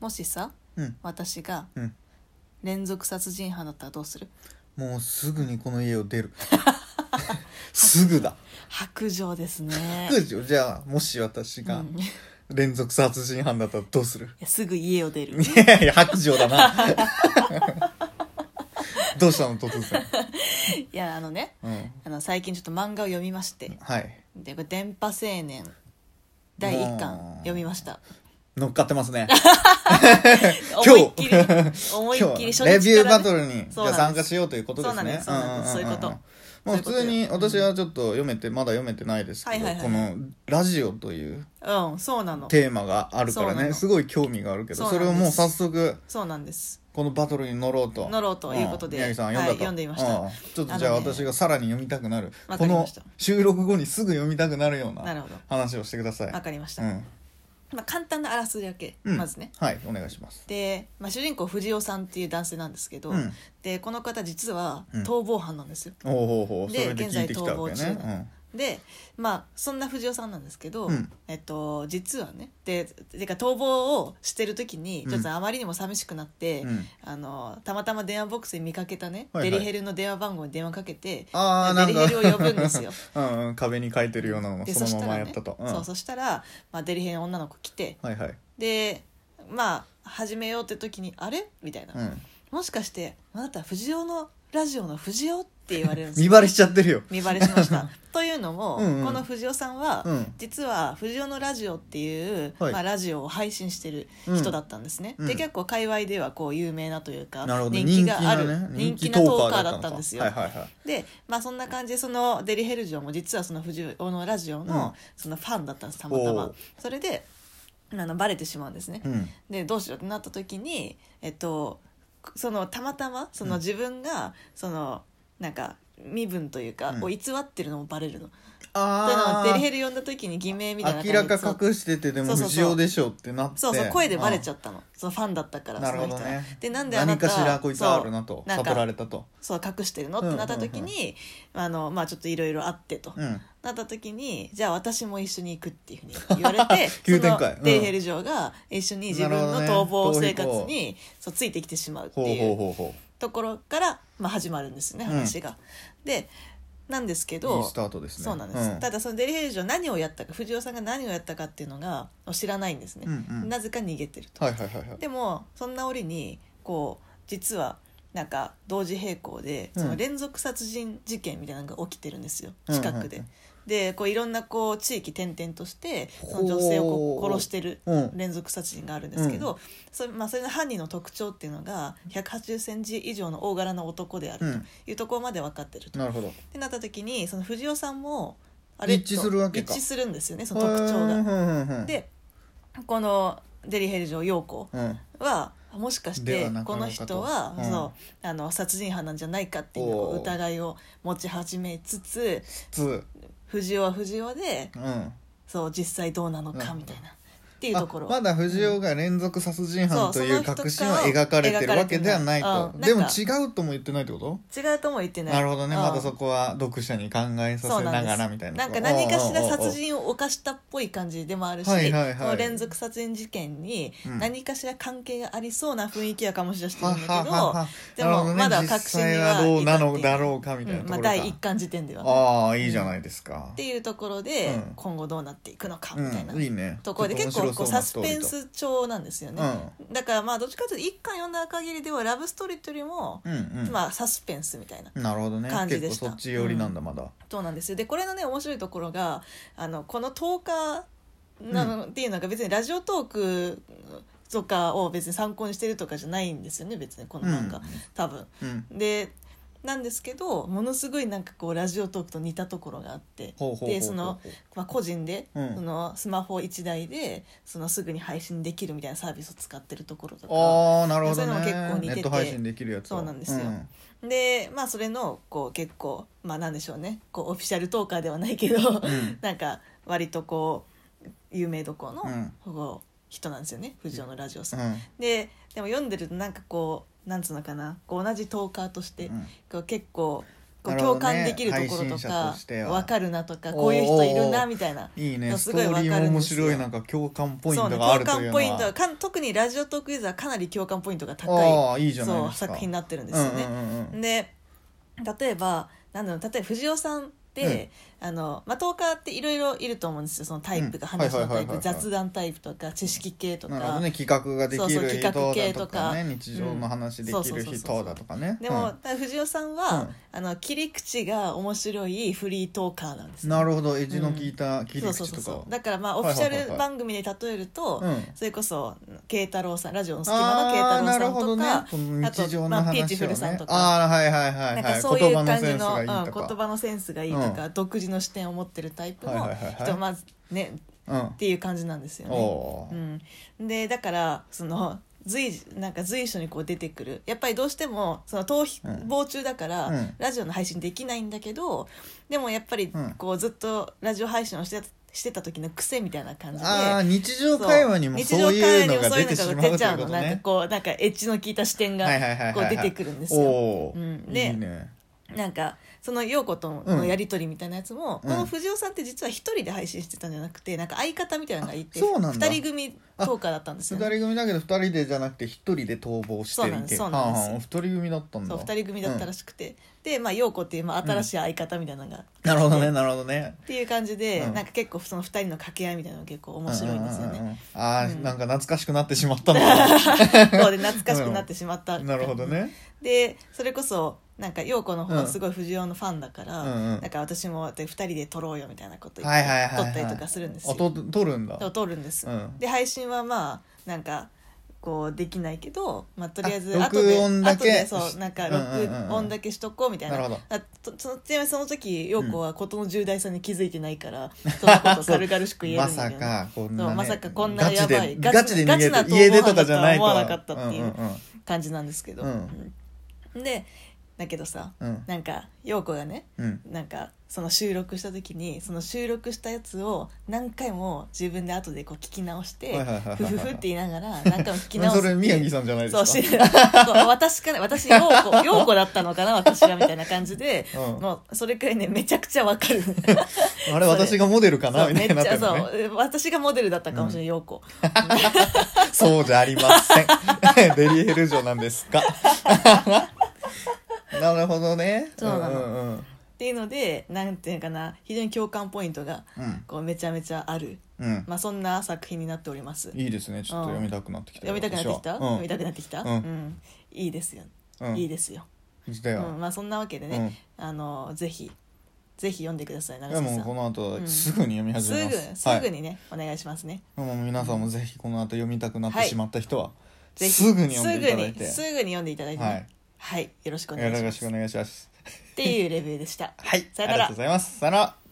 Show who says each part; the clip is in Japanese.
Speaker 1: もしさ
Speaker 2: うん
Speaker 1: 私が
Speaker 2: うん
Speaker 1: 連続殺人犯だったらどうする
Speaker 2: もうすぐにこの家を出るすぐ だ
Speaker 1: 白状ですね
Speaker 2: そうですよじゃあもし私
Speaker 1: う
Speaker 2: が
Speaker 1: ん、い
Speaker 2: 連続殺人犯だったらどうする
Speaker 1: やすぐ家を出る
Speaker 2: いやいや白状だな どうしたの突然、
Speaker 1: いやあのね
Speaker 2: うん、
Speaker 1: あの最近ちょっと漫画を読みまして
Speaker 2: はい
Speaker 1: でこれ「電波青年」第1巻読みました
Speaker 2: 乗っかってますね
Speaker 1: 思いっ きり
Speaker 2: 今
Speaker 1: 思いっきり初日か
Speaker 2: 今日
Speaker 1: ら、ね、
Speaker 2: レビューバトルにじ
Speaker 1: そう
Speaker 2: ゃ
Speaker 1: な
Speaker 2: あ
Speaker 1: んです
Speaker 2: 参加しようということですね
Speaker 1: そうなんですそうなんです
Speaker 2: んんんん
Speaker 1: そう
Speaker 2: も
Speaker 1: いううこと
Speaker 2: 普
Speaker 1: そういうこと
Speaker 2: 通に私はちょっと読めてまだ読めてないですけ
Speaker 1: はい
Speaker 2: ど、
Speaker 1: はいはい
Speaker 2: このラジオという
Speaker 1: うんそうなの
Speaker 2: テーマがある
Speaker 1: そ
Speaker 2: か
Speaker 1: う
Speaker 2: ら
Speaker 1: なの
Speaker 2: ねすごい興味があるけど
Speaker 1: そう
Speaker 2: そ
Speaker 1: なんで
Speaker 2: れ
Speaker 1: す
Speaker 2: をもう早速
Speaker 1: そうなんです
Speaker 2: このバトルに乗ろうと
Speaker 1: 乗ろうということで
Speaker 2: ん宮城さん
Speaker 1: はい
Speaker 2: 読んだと、
Speaker 1: 読んでみました
Speaker 2: うんちょっとじゃ
Speaker 1: あ
Speaker 2: あ
Speaker 1: のね
Speaker 2: 私がさらに読みたくなる、
Speaker 1: わか
Speaker 2: こ
Speaker 1: りま
Speaker 2: の
Speaker 1: した
Speaker 2: 収録後にすぐ読みたくなるよう
Speaker 1: なる
Speaker 2: な
Speaker 1: ほど
Speaker 2: 話をしてください
Speaker 1: わかりました、
Speaker 2: うん
Speaker 1: まあ、簡単なあらすじだけ、
Speaker 2: うん
Speaker 1: まずね
Speaker 2: はいお願いします
Speaker 1: で、まあ、主人公藤尾さんっていう男性なんですけど、
Speaker 2: うん
Speaker 1: でこの方実は
Speaker 2: うん
Speaker 1: 逃亡犯なんですよ、
Speaker 2: おうほうほうそ
Speaker 1: で
Speaker 2: れで聞いてきたわけ
Speaker 1: 現在逃亡中
Speaker 2: ね
Speaker 1: でまあそんな藤尾さんなんですけど、
Speaker 2: うん
Speaker 1: えっと、実はねでてか逃亡をしてる時に
Speaker 2: うん
Speaker 1: ちょっとあまりにも寂しくなって、
Speaker 2: うん、うん、
Speaker 1: あのたまたま電話ボックスに見かけたね、
Speaker 2: はいはい
Speaker 1: デリヘルの電話番号に電話かけて
Speaker 2: ああなん
Speaker 1: デリ
Speaker 2: か
Speaker 1: ヘルを呼ぶんですよ
Speaker 2: うんうん、壁に書いてるようなのを
Speaker 1: で
Speaker 2: そのまま
Speaker 1: ね
Speaker 2: やったと、うん
Speaker 1: そうそしたら、まあ、デリヘルの女の子来て
Speaker 2: はいはい、
Speaker 1: でまあ始めようって時に「あれ?」みたいな、
Speaker 2: うん、
Speaker 1: もしかしてあなた藤尾のラジオの藤尾って言われるんです
Speaker 2: 見
Speaker 1: よ
Speaker 2: バレしちゃってるよ
Speaker 1: 見バレしましたというのも
Speaker 2: うんうん
Speaker 1: この藤尾さんは、
Speaker 2: うん
Speaker 1: 実は藤尾のラジオっていう、
Speaker 2: はい
Speaker 1: まあ、ラジオを配信してる人だったんですね、
Speaker 2: うんう
Speaker 1: で
Speaker 2: ん
Speaker 1: 結構界隈ではこう有名なというか
Speaker 2: なるほど
Speaker 1: 人気がある
Speaker 2: なね
Speaker 1: 人気なトーカーだったんですよ、
Speaker 2: はいはいはい
Speaker 1: で、まあ、そんな感じでそのデリヘル嬢も実はその藤尾のラジオ
Speaker 2: うん
Speaker 1: のそのファンだったんですたまた
Speaker 2: お
Speaker 1: ま
Speaker 2: う
Speaker 1: それであのバレてしまうんですね、
Speaker 2: うん
Speaker 1: でどうしようってなった時に、えっと、そのたまたまそうの
Speaker 2: ん
Speaker 1: 自分がそのなんか身分というか
Speaker 2: うん
Speaker 1: を偽ってるのもバレるの。というの
Speaker 2: あ
Speaker 1: を
Speaker 2: あ
Speaker 1: デリヘル呼んだ時に偽名みたいな
Speaker 2: 明らか
Speaker 1: そう
Speaker 2: 隠しててで
Speaker 1: そ
Speaker 2: も
Speaker 1: うそうそう
Speaker 2: 不尾でしょってなって
Speaker 1: そうそう声でバレちゃ
Speaker 2: っ
Speaker 1: ったのそのファンだったから
Speaker 2: な
Speaker 1: そ
Speaker 2: る
Speaker 1: の
Speaker 2: ほ
Speaker 1: 人
Speaker 2: ど
Speaker 1: が。
Speaker 2: ね
Speaker 1: でなんであな
Speaker 2: 何
Speaker 1: た
Speaker 2: かしらこいつあるな
Speaker 1: そ
Speaker 2: と
Speaker 1: うなん
Speaker 2: 悟ら
Speaker 1: か
Speaker 2: れたと
Speaker 1: そう隠してるのってなった時
Speaker 2: うんう
Speaker 1: にあのまあちょっといろいろあってと。
Speaker 2: うん
Speaker 1: なった時にじゃあ私も一緒に行くっていうふうに言われて
Speaker 2: 急展開
Speaker 1: そのデリヘル嬢が一緒に自分の
Speaker 2: なる
Speaker 1: 逃
Speaker 2: ほどね
Speaker 1: 亡生活
Speaker 2: 逃
Speaker 1: にそうついてきてしまうって
Speaker 2: ほう
Speaker 1: い
Speaker 2: ほう
Speaker 1: う
Speaker 2: ほうほ
Speaker 1: ところから、まあ、始まるんですよね
Speaker 2: うん
Speaker 1: 話が。でなんですけ
Speaker 2: ういい
Speaker 1: ど
Speaker 2: スタートですね
Speaker 1: そうなんです、ただそのデリヘル嬢何をやったか藤尾さんが何をやったかっていうのが知らないんですね、
Speaker 2: うんうん
Speaker 1: なぜか逃げてると。
Speaker 2: はいはいはいはい
Speaker 1: でもそんな折にこう実はなんか同時並行で
Speaker 2: うん
Speaker 1: その連続殺人事件みたいなのが起きてるんですよ
Speaker 2: うん
Speaker 1: 近くで。
Speaker 2: うんうん
Speaker 1: でこういろんなこう地域転々としてそ
Speaker 2: ほう
Speaker 1: の女性をこう殺してる
Speaker 2: うん
Speaker 1: 連続殺人があるんですけど、それまあ、それの犯人の特徴っていうのが1 8 0ンチ以上の大柄な男であ
Speaker 2: う
Speaker 1: る
Speaker 2: ん
Speaker 1: というところまで分かってると。
Speaker 2: なるほど
Speaker 1: ってなった時にその藤尾さんもあ
Speaker 2: 一致するわけか
Speaker 1: と一致するんですよねその特徴
Speaker 2: うん
Speaker 1: が。
Speaker 2: うんうん
Speaker 1: でこのデリヘル嬢陽子
Speaker 2: うん
Speaker 1: はもしかし
Speaker 2: で
Speaker 1: て
Speaker 2: はなか
Speaker 1: こ
Speaker 2: ろうか
Speaker 1: の
Speaker 2: と
Speaker 1: 人は、
Speaker 2: うん
Speaker 1: そのあの殺人犯なんじゃないかっていうこ
Speaker 2: お
Speaker 1: う
Speaker 2: ー
Speaker 1: 疑いを持ち始めつつ
Speaker 2: つ
Speaker 1: 藤尾は藤尾で
Speaker 2: うん
Speaker 1: そう実際どうなのかみたいな、っていうところ
Speaker 2: あまだ藤尾が連続殺人犯と
Speaker 1: そう
Speaker 2: いう
Speaker 1: その人
Speaker 2: 確信は描かれてるわけではない
Speaker 1: 描か
Speaker 2: と
Speaker 1: れて
Speaker 2: で
Speaker 1: な
Speaker 2: も
Speaker 1: い
Speaker 2: 違うとも言ってないってこと
Speaker 1: 違うとも言ってない
Speaker 2: なるほどね
Speaker 1: うん
Speaker 2: まだそこは読者に考えさ
Speaker 1: そう
Speaker 2: せ
Speaker 1: な
Speaker 2: なん
Speaker 1: です
Speaker 2: がらみたいな
Speaker 1: なんか何かしら殺
Speaker 2: 人
Speaker 1: 人を犯したっぽい感じでもあるし、
Speaker 2: はいはいはい
Speaker 1: この連続殺人事件に
Speaker 2: うん
Speaker 1: 何かしら関係がありそうな雰囲気は醸し出してるんだけど、で
Speaker 2: で
Speaker 1: もまだ確信には
Speaker 2: どうな
Speaker 1: 至っ
Speaker 2: の
Speaker 1: ていない
Speaker 2: だろうかみたいな
Speaker 1: うん
Speaker 2: とこ
Speaker 1: まあ、
Speaker 2: ろか、
Speaker 1: 第1巻時点ではね、
Speaker 2: ああいいじゃないですか
Speaker 1: っ、ていうところで、
Speaker 2: うん
Speaker 1: 今後どうなっていくのか
Speaker 2: う
Speaker 1: みたいな、
Speaker 2: んいいね
Speaker 1: ところで
Speaker 2: ちょっ
Speaker 1: 結
Speaker 2: と
Speaker 1: 構
Speaker 2: 面
Speaker 1: こ
Speaker 2: 白
Speaker 1: う
Speaker 2: そうな
Speaker 1: サ
Speaker 2: ス
Speaker 1: ス
Speaker 2: トーリ
Speaker 1: ペ
Speaker 2: ー
Speaker 1: ン
Speaker 2: と
Speaker 1: ス調なんですよね、だからまあどっちかというと1巻読んだ限りではラブストーリーというよりも、
Speaker 2: うんうんうん、
Speaker 1: まあサスペンスみたいな
Speaker 2: なるほどね
Speaker 1: 感じで
Speaker 2: 結構
Speaker 1: した
Speaker 2: そっち寄りなんだまだ、
Speaker 1: そうなんですよでこれのね面白いところがあのこの10日なの、っていうのが別にラジオトークとかを別に参考にしてるとかじゃないんですよね別にこのなんか、
Speaker 2: うん
Speaker 1: 多分。
Speaker 2: うん
Speaker 1: でなんですけどものすごいなんかこうラジオトークと似たところがあって
Speaker 2: ほうほうほうほう
Speaker 1: でその、まあ、個人で、
Speaker 2: うん
Speaker 1: そのスマホ1台でそのすぐに配信できるみたいなサービスを使ってるところとか
Speaker 2: ああなるほどね
Speaker 1: そういうのも結構似てて
Speaker 2: ネット配信できるやつは
Speaker 1: そうなんですよでまあそれのこう結構まあなんでしょうねこうオフィシャルトーカーではないけど、
Speaker 2: ん
Speaker 1: なんか割とこう有名どころの、
Speaker 2: うん
Speaker 1: こう人なんですよね藤尾のラジオさ
Speaker 2: うん
Speaker 1: ん。ででも読んでるとなんかこうなんつうのかなこう同じトーカーとして、
Speaker 2: うん
Speaker 1: こう結構ここう
Speaker 2: なるほど
Speaker 1: 共
Speaker 2: ね
Speaker 1: 感できるところと
Speaker 2: 配信者
Speaker 1: か
Speaker 2: としては
Speaker 1: 分かるなとかこういう人いるなみたいない
Speaker 2: いね
Speaker 1: や
Speaker 2: ス
Speaker 1: す
Speaker 2: ト
Speaker 1: ごいわか
Speaker 2: ー
Speaker 1: るんで
Speaker 2: リ
Speaker 1: すよ
Speaker 2: ーも面白いなんか共感ポイン
Speaker 1: そう
Speaker 2: ト
Speaker 1: ね
Speaker 2: が
Speaker 1: 共
Speaker 2: あるという
Speaker 1: 感
Speaker 2: の
Speaker 1: ポイント
Speaker 2: は
Speaker 1: はかん特にラジオトークユーザーはかなり共感ポイントが高
Speaker 2: ああいい
Speaker 1: い
Speaker 2: じゃない
Speaker 1: そ
Speaker 2: で
Speaker 1: う
Speaker 2: すか
Speaker 1: 作品になってるんで
Speaker 2: う
Speaker 1: す
Speaker 2: ん
Speaker 1: よ
Speaker 2: うん
Speaker 1: ね。
Speaker 2: うん
Speaker 1: で例えばなんだろう例えば藤尾さんって、あのまあ、トーカーっていろいろいると思うんですよそのタイプが、
Speaker 2: うん
Speaker 1: 話の
Speaker 2: はいは
Speaker 1: タ
Speaker 2: い
Speaker 1: イ
Speaker 2: はいはい
Speaker 1: プ雑談タイプとか知識系と
Speaker 2: うんなるほ
Speaker 1: か、
Speaker 2: どね企画ができ
Speaker 1: そう
Speaker 2: る
Speaker 1: そう
Speaker 2: 人だ
Speaker 1: 企画系
Speaker 2: と
Speaker 1: と
Speaker 2: か
Speaker 1: か
Speaker 2: ね日常の話で
Speaker 1: うん
Speaker 2: き
Speaker 1: そう
Speaker 2: る
Speaker 1: そうそう
Speaker 2: 人だとかね
Speaker 1: でも、だから藤尾さんは
Speaker 2: うん、
Speaker 1: あの切り口が面白いフリートーカーなんです
Speaker 2: うん
Speaker 1: よ
Speaker 2: なるほどエッジの効いた切り
Speaker 1: そう
Speaker 2: 口
Speaker 1: そう
Speaker 2: と
Speaker 1: そう
Speaker 2: か
Speaker 1: そうだからまあ
Speaker 2: は
Speaker 1: オ
Speaker 2: い
Speaker 1: フ
Speaker 2: はい
Speaker 1: ィシ
Speaker 2: はいはい
Speaker 1: ャル番組で例えると、
Speaker 2: うん
Speaker 1: それこそ慶太郎さんラジオの隙間の慶太郎さんとか、
Speaker 2: あーなるほどね、この日常の
Speaker 1: あとまあ
Speaker 2: 話
Speaker 1: ピ
Speaker 2: を、ね、
Speaker 1: ーチフルさんとか
Speaker 2: あーはいはいはい、は、
Speaker 1: ないんかそういう感じ
Speaker 2: 言
Speaker 1: の
Speaker 2: 葉のセンスがいい
Speaker 1: うん
Speaker 2: と
Speaker 1: 言葉のセンスがいい
Speaker 2: か、
Speaker 1: とか、独自の視点を持ってるタイプの人、
Speaker 2: はいはいはいはい
Speaker 1: まずねっていう感じなんですよ
Speaker 2: うん、
Speaker 1: ね。
Speaker 2: おー
Speaker 1: うん、でだからその随時なんか随所にこう出てくるやっぱりどうしてもその逃
Speaker 2: うん
Speaker 1: 避傍中だから、
Speaker 2: うん
Speaker 1: ラジオの配信できないんだけどでもやっぱり
Speaker 2: うん
Speaker 1: こうずっとラジオ配信をしてたしてた時の癖みたいな感じで。
Speaker 2: あー日常会話にもそういうのが出てしま
Speaker 1: 日常会話にもそういう
Speaker 2: うという
Speaker 1: のが出ちゃう
Speaker 2: こ
Speaker 1: の
Speaker 2: と
Speaker 1: なんか
Speaker 2: ね。
Speaker 1: こうなんかエッジの効いた視点が
Speaker 2: はいはいはいはい
Speaker 1: こ
Speaker 2: は
Speaker 1: う
Speaker 2: い
Speaker 1: 出てくるんですよ。
Speaker 2: おー
Speaker 1: うんで
Speaker 2: いいね
Speaker 1: なんかその陽子と
Speaker 2: う
Speaker 1: の
Speaker 2: ん
Speaker 1: やり取りみたいなやつも、
Speaker 2: うん
Speaker 1: この藤尾さんって実は一人で配信してたんじゃなくてなんか相方みたいなのがいて
Speaker 2: あそうなんだ
Speaker 1: 二人組トーカーだったんです
Speaker 2: 二
Speaker 1: よ、ね、
Speaker 2: 人組だけど二人でじゃなくて一人で逃亡して
Speaker 1: そうないんで
Speaker 2: て
Speaker 1: す
Speaker 2: は
Speaker 1: そ
Speaker 2: あ
Speaker 1: うなんです
Speaker 2: はあお二人組だったんだ
Speaker 1: そう二人組だったらしくて、で、まあ、陽子っていう、まあ、新しい相方みたいなのが、っ
Speaker 2: なるほどねなるほどね
Speaker 1: ていう感じで、
Speaker 2: うん
Speaker 1: なんか結構その二人の掛け合いみたいなのが結構面白いんですよ
Speaker 2: うんうんう
Speaker 1: ね
Speaker 2: んうんあー、なんか懐かしくなってしまったのか
Speaker 1: そうで懐かしくなってしまった、
Speaker 2: なるほどね
Speaker 1: でそれこそなんか陽子の方
Speaker 2: うん
Speaker 1: はすごい藤尾のファンだから、
Speaker 2: うんうん
Speaker 1: なんか私もで二人で撮ろうよみたいなこと言っ
Speaker 2: はい
Speaker 1: て
Speaker 2: はいはいはい
Speaker 1: 撮ったりとかするんです
Speaker 2: あ
Speaker 1: よ
Speaker 2: と撮るんだ
Speaker 1: そう撮るんです、
Speaker 2: うん
Speaker 1: で配信はまあなんかこうできないけど、まあ、とりあえず
Speaker 2: あ
Speaker 1: 後で
Speaker 2: 録音だ
Speaker 1: 後
Speaker 2: け
Speaker 1: でそうなんか
Speaker 2: うんうんうんうん
Speaker 1: 録音だけしとこうみたいな,
Speaker 2: な
Speaker 1: あ、
Speaker 2: るほ
Speaker 1: とそのちなみにその時陽子は事の重大さに気づいてないから、そんな ことを軽々しく言える
Speaker 2: ま
Speaker 1: んだ
Speaker 2: さ
Speaker 1: けど、
Speaker 2: かこんな、
Speaker 1: そ
Speaker 2: ね、
Speaker 1: うまさかこんなやばい
Speaker 2: ガチでガ
Speaker 1: ガチ
Speaker 2: チで逃げて
Speaker 1: な
Speaker 2: 家出とかじゃないとは
Speaker 1: 逃亡犯だとは思わなかったっていうん
Speaker 2: うん
Speaker 1: 感じなんですけど、
Speaker 2: うん
Speaker 1: うんでだけどさ、
Speaker 2: うん
Speaker 1: なんか陽子がね
Speaker 2: うんうん
Speaker 1: なんかその収録した時にその収録したやつを何回も自分で後でこう聞き直して
Speaker 2: はいはいはいはい
Speaker 1: ふふふって言いながら何回も聞き直す
Speaker 2: それ宮城さんじゃないです
Speaker 1: そ
Speaker 2: か
Speaker 1: うし そう私かね私陽 子陽子だったのかな私はみたいな感じで、
Speaker 2: うん
Speaker 1: もうそれくらいねめちゃくちゃわ かる
Speaker 2: あれ
Speaker 1: それ
Speaker 2: 私がモデルかな
Speaker 1: そう
Speaker 2: みた
Speaker 1: め
Speaker 2: い
Speaker 1: っ
Speaker 2: になっ
Speaker 1: ち
Speaker 2: て
Speaker 1: ゃ
Speaker 2: るのね
Speaker 1: そう私がモデルだったかもしれない陽子、
Speaker 2: そうじゃありません デリヘル嬢なんですか なるほどね
Speaker 1: そうなの
Speaker 2: んうんうん
Speaker 1: っていうのでなんていうかな非常に共感ポイントが
Speaker 2: うん
Speaker 1: こうめちゃめちゃある、
Speaker 2: うん
Speaker 1: まあ、そんな作品になっております
Speaker 2: いいですねちょっと読みたくなってきた
Speaker 1: 読みたくなってきた、
Speaker 2: 私は
Speaker 1: 読みたくなってきた、
Speaker 2: うん
Speaker 1: いいですよ、
Speaker 2: うん
Speaker 1: いいですよ、
Speaker 2: うんだ
Speaker 1: う
Speaker 2: よ、
Speaker 1: ん、まあそんなわけでね、あのぜひぜひ読んでください
Speaker 2: い
Speaker 1: 長
Speaker 2: や
Speaker 1: 崎
Speaker 2: もう
Speaker 1: さ
Speaker 2: こ
Speaker 1: ん
Speaker 2: の後すぐに読み
Speaker 1: す
Speaker 2: 始めま
Speaker 1: ぐ
Speaker 2: す、
Speaker 1: すぐにね、お願いしますね
Speaker 2: はい、もう皆さんもぜひこの後読みたくなって
Speaker 1: はい
Speaker 2: しまった人は、
Speaker 1: ぜひ
Speaker 2: すぐに読んでいただいて
Speaker 1: すぐにすぐに読んでいただいてね
Speaker 2: は
Speaker 1: はいい、よろしくお願いし
Speaker 2: よろ
Speaker 1: ま
Speaker 2: し
Speaker 1: す
Speaker 2: くお願いします
Speaker 1: っていうレビューでした
Speaker 2: はい
Speaker 1: さよな
Speaker 2: ありが
Speaker 1: ら
Speaker 2: とうございますさよなら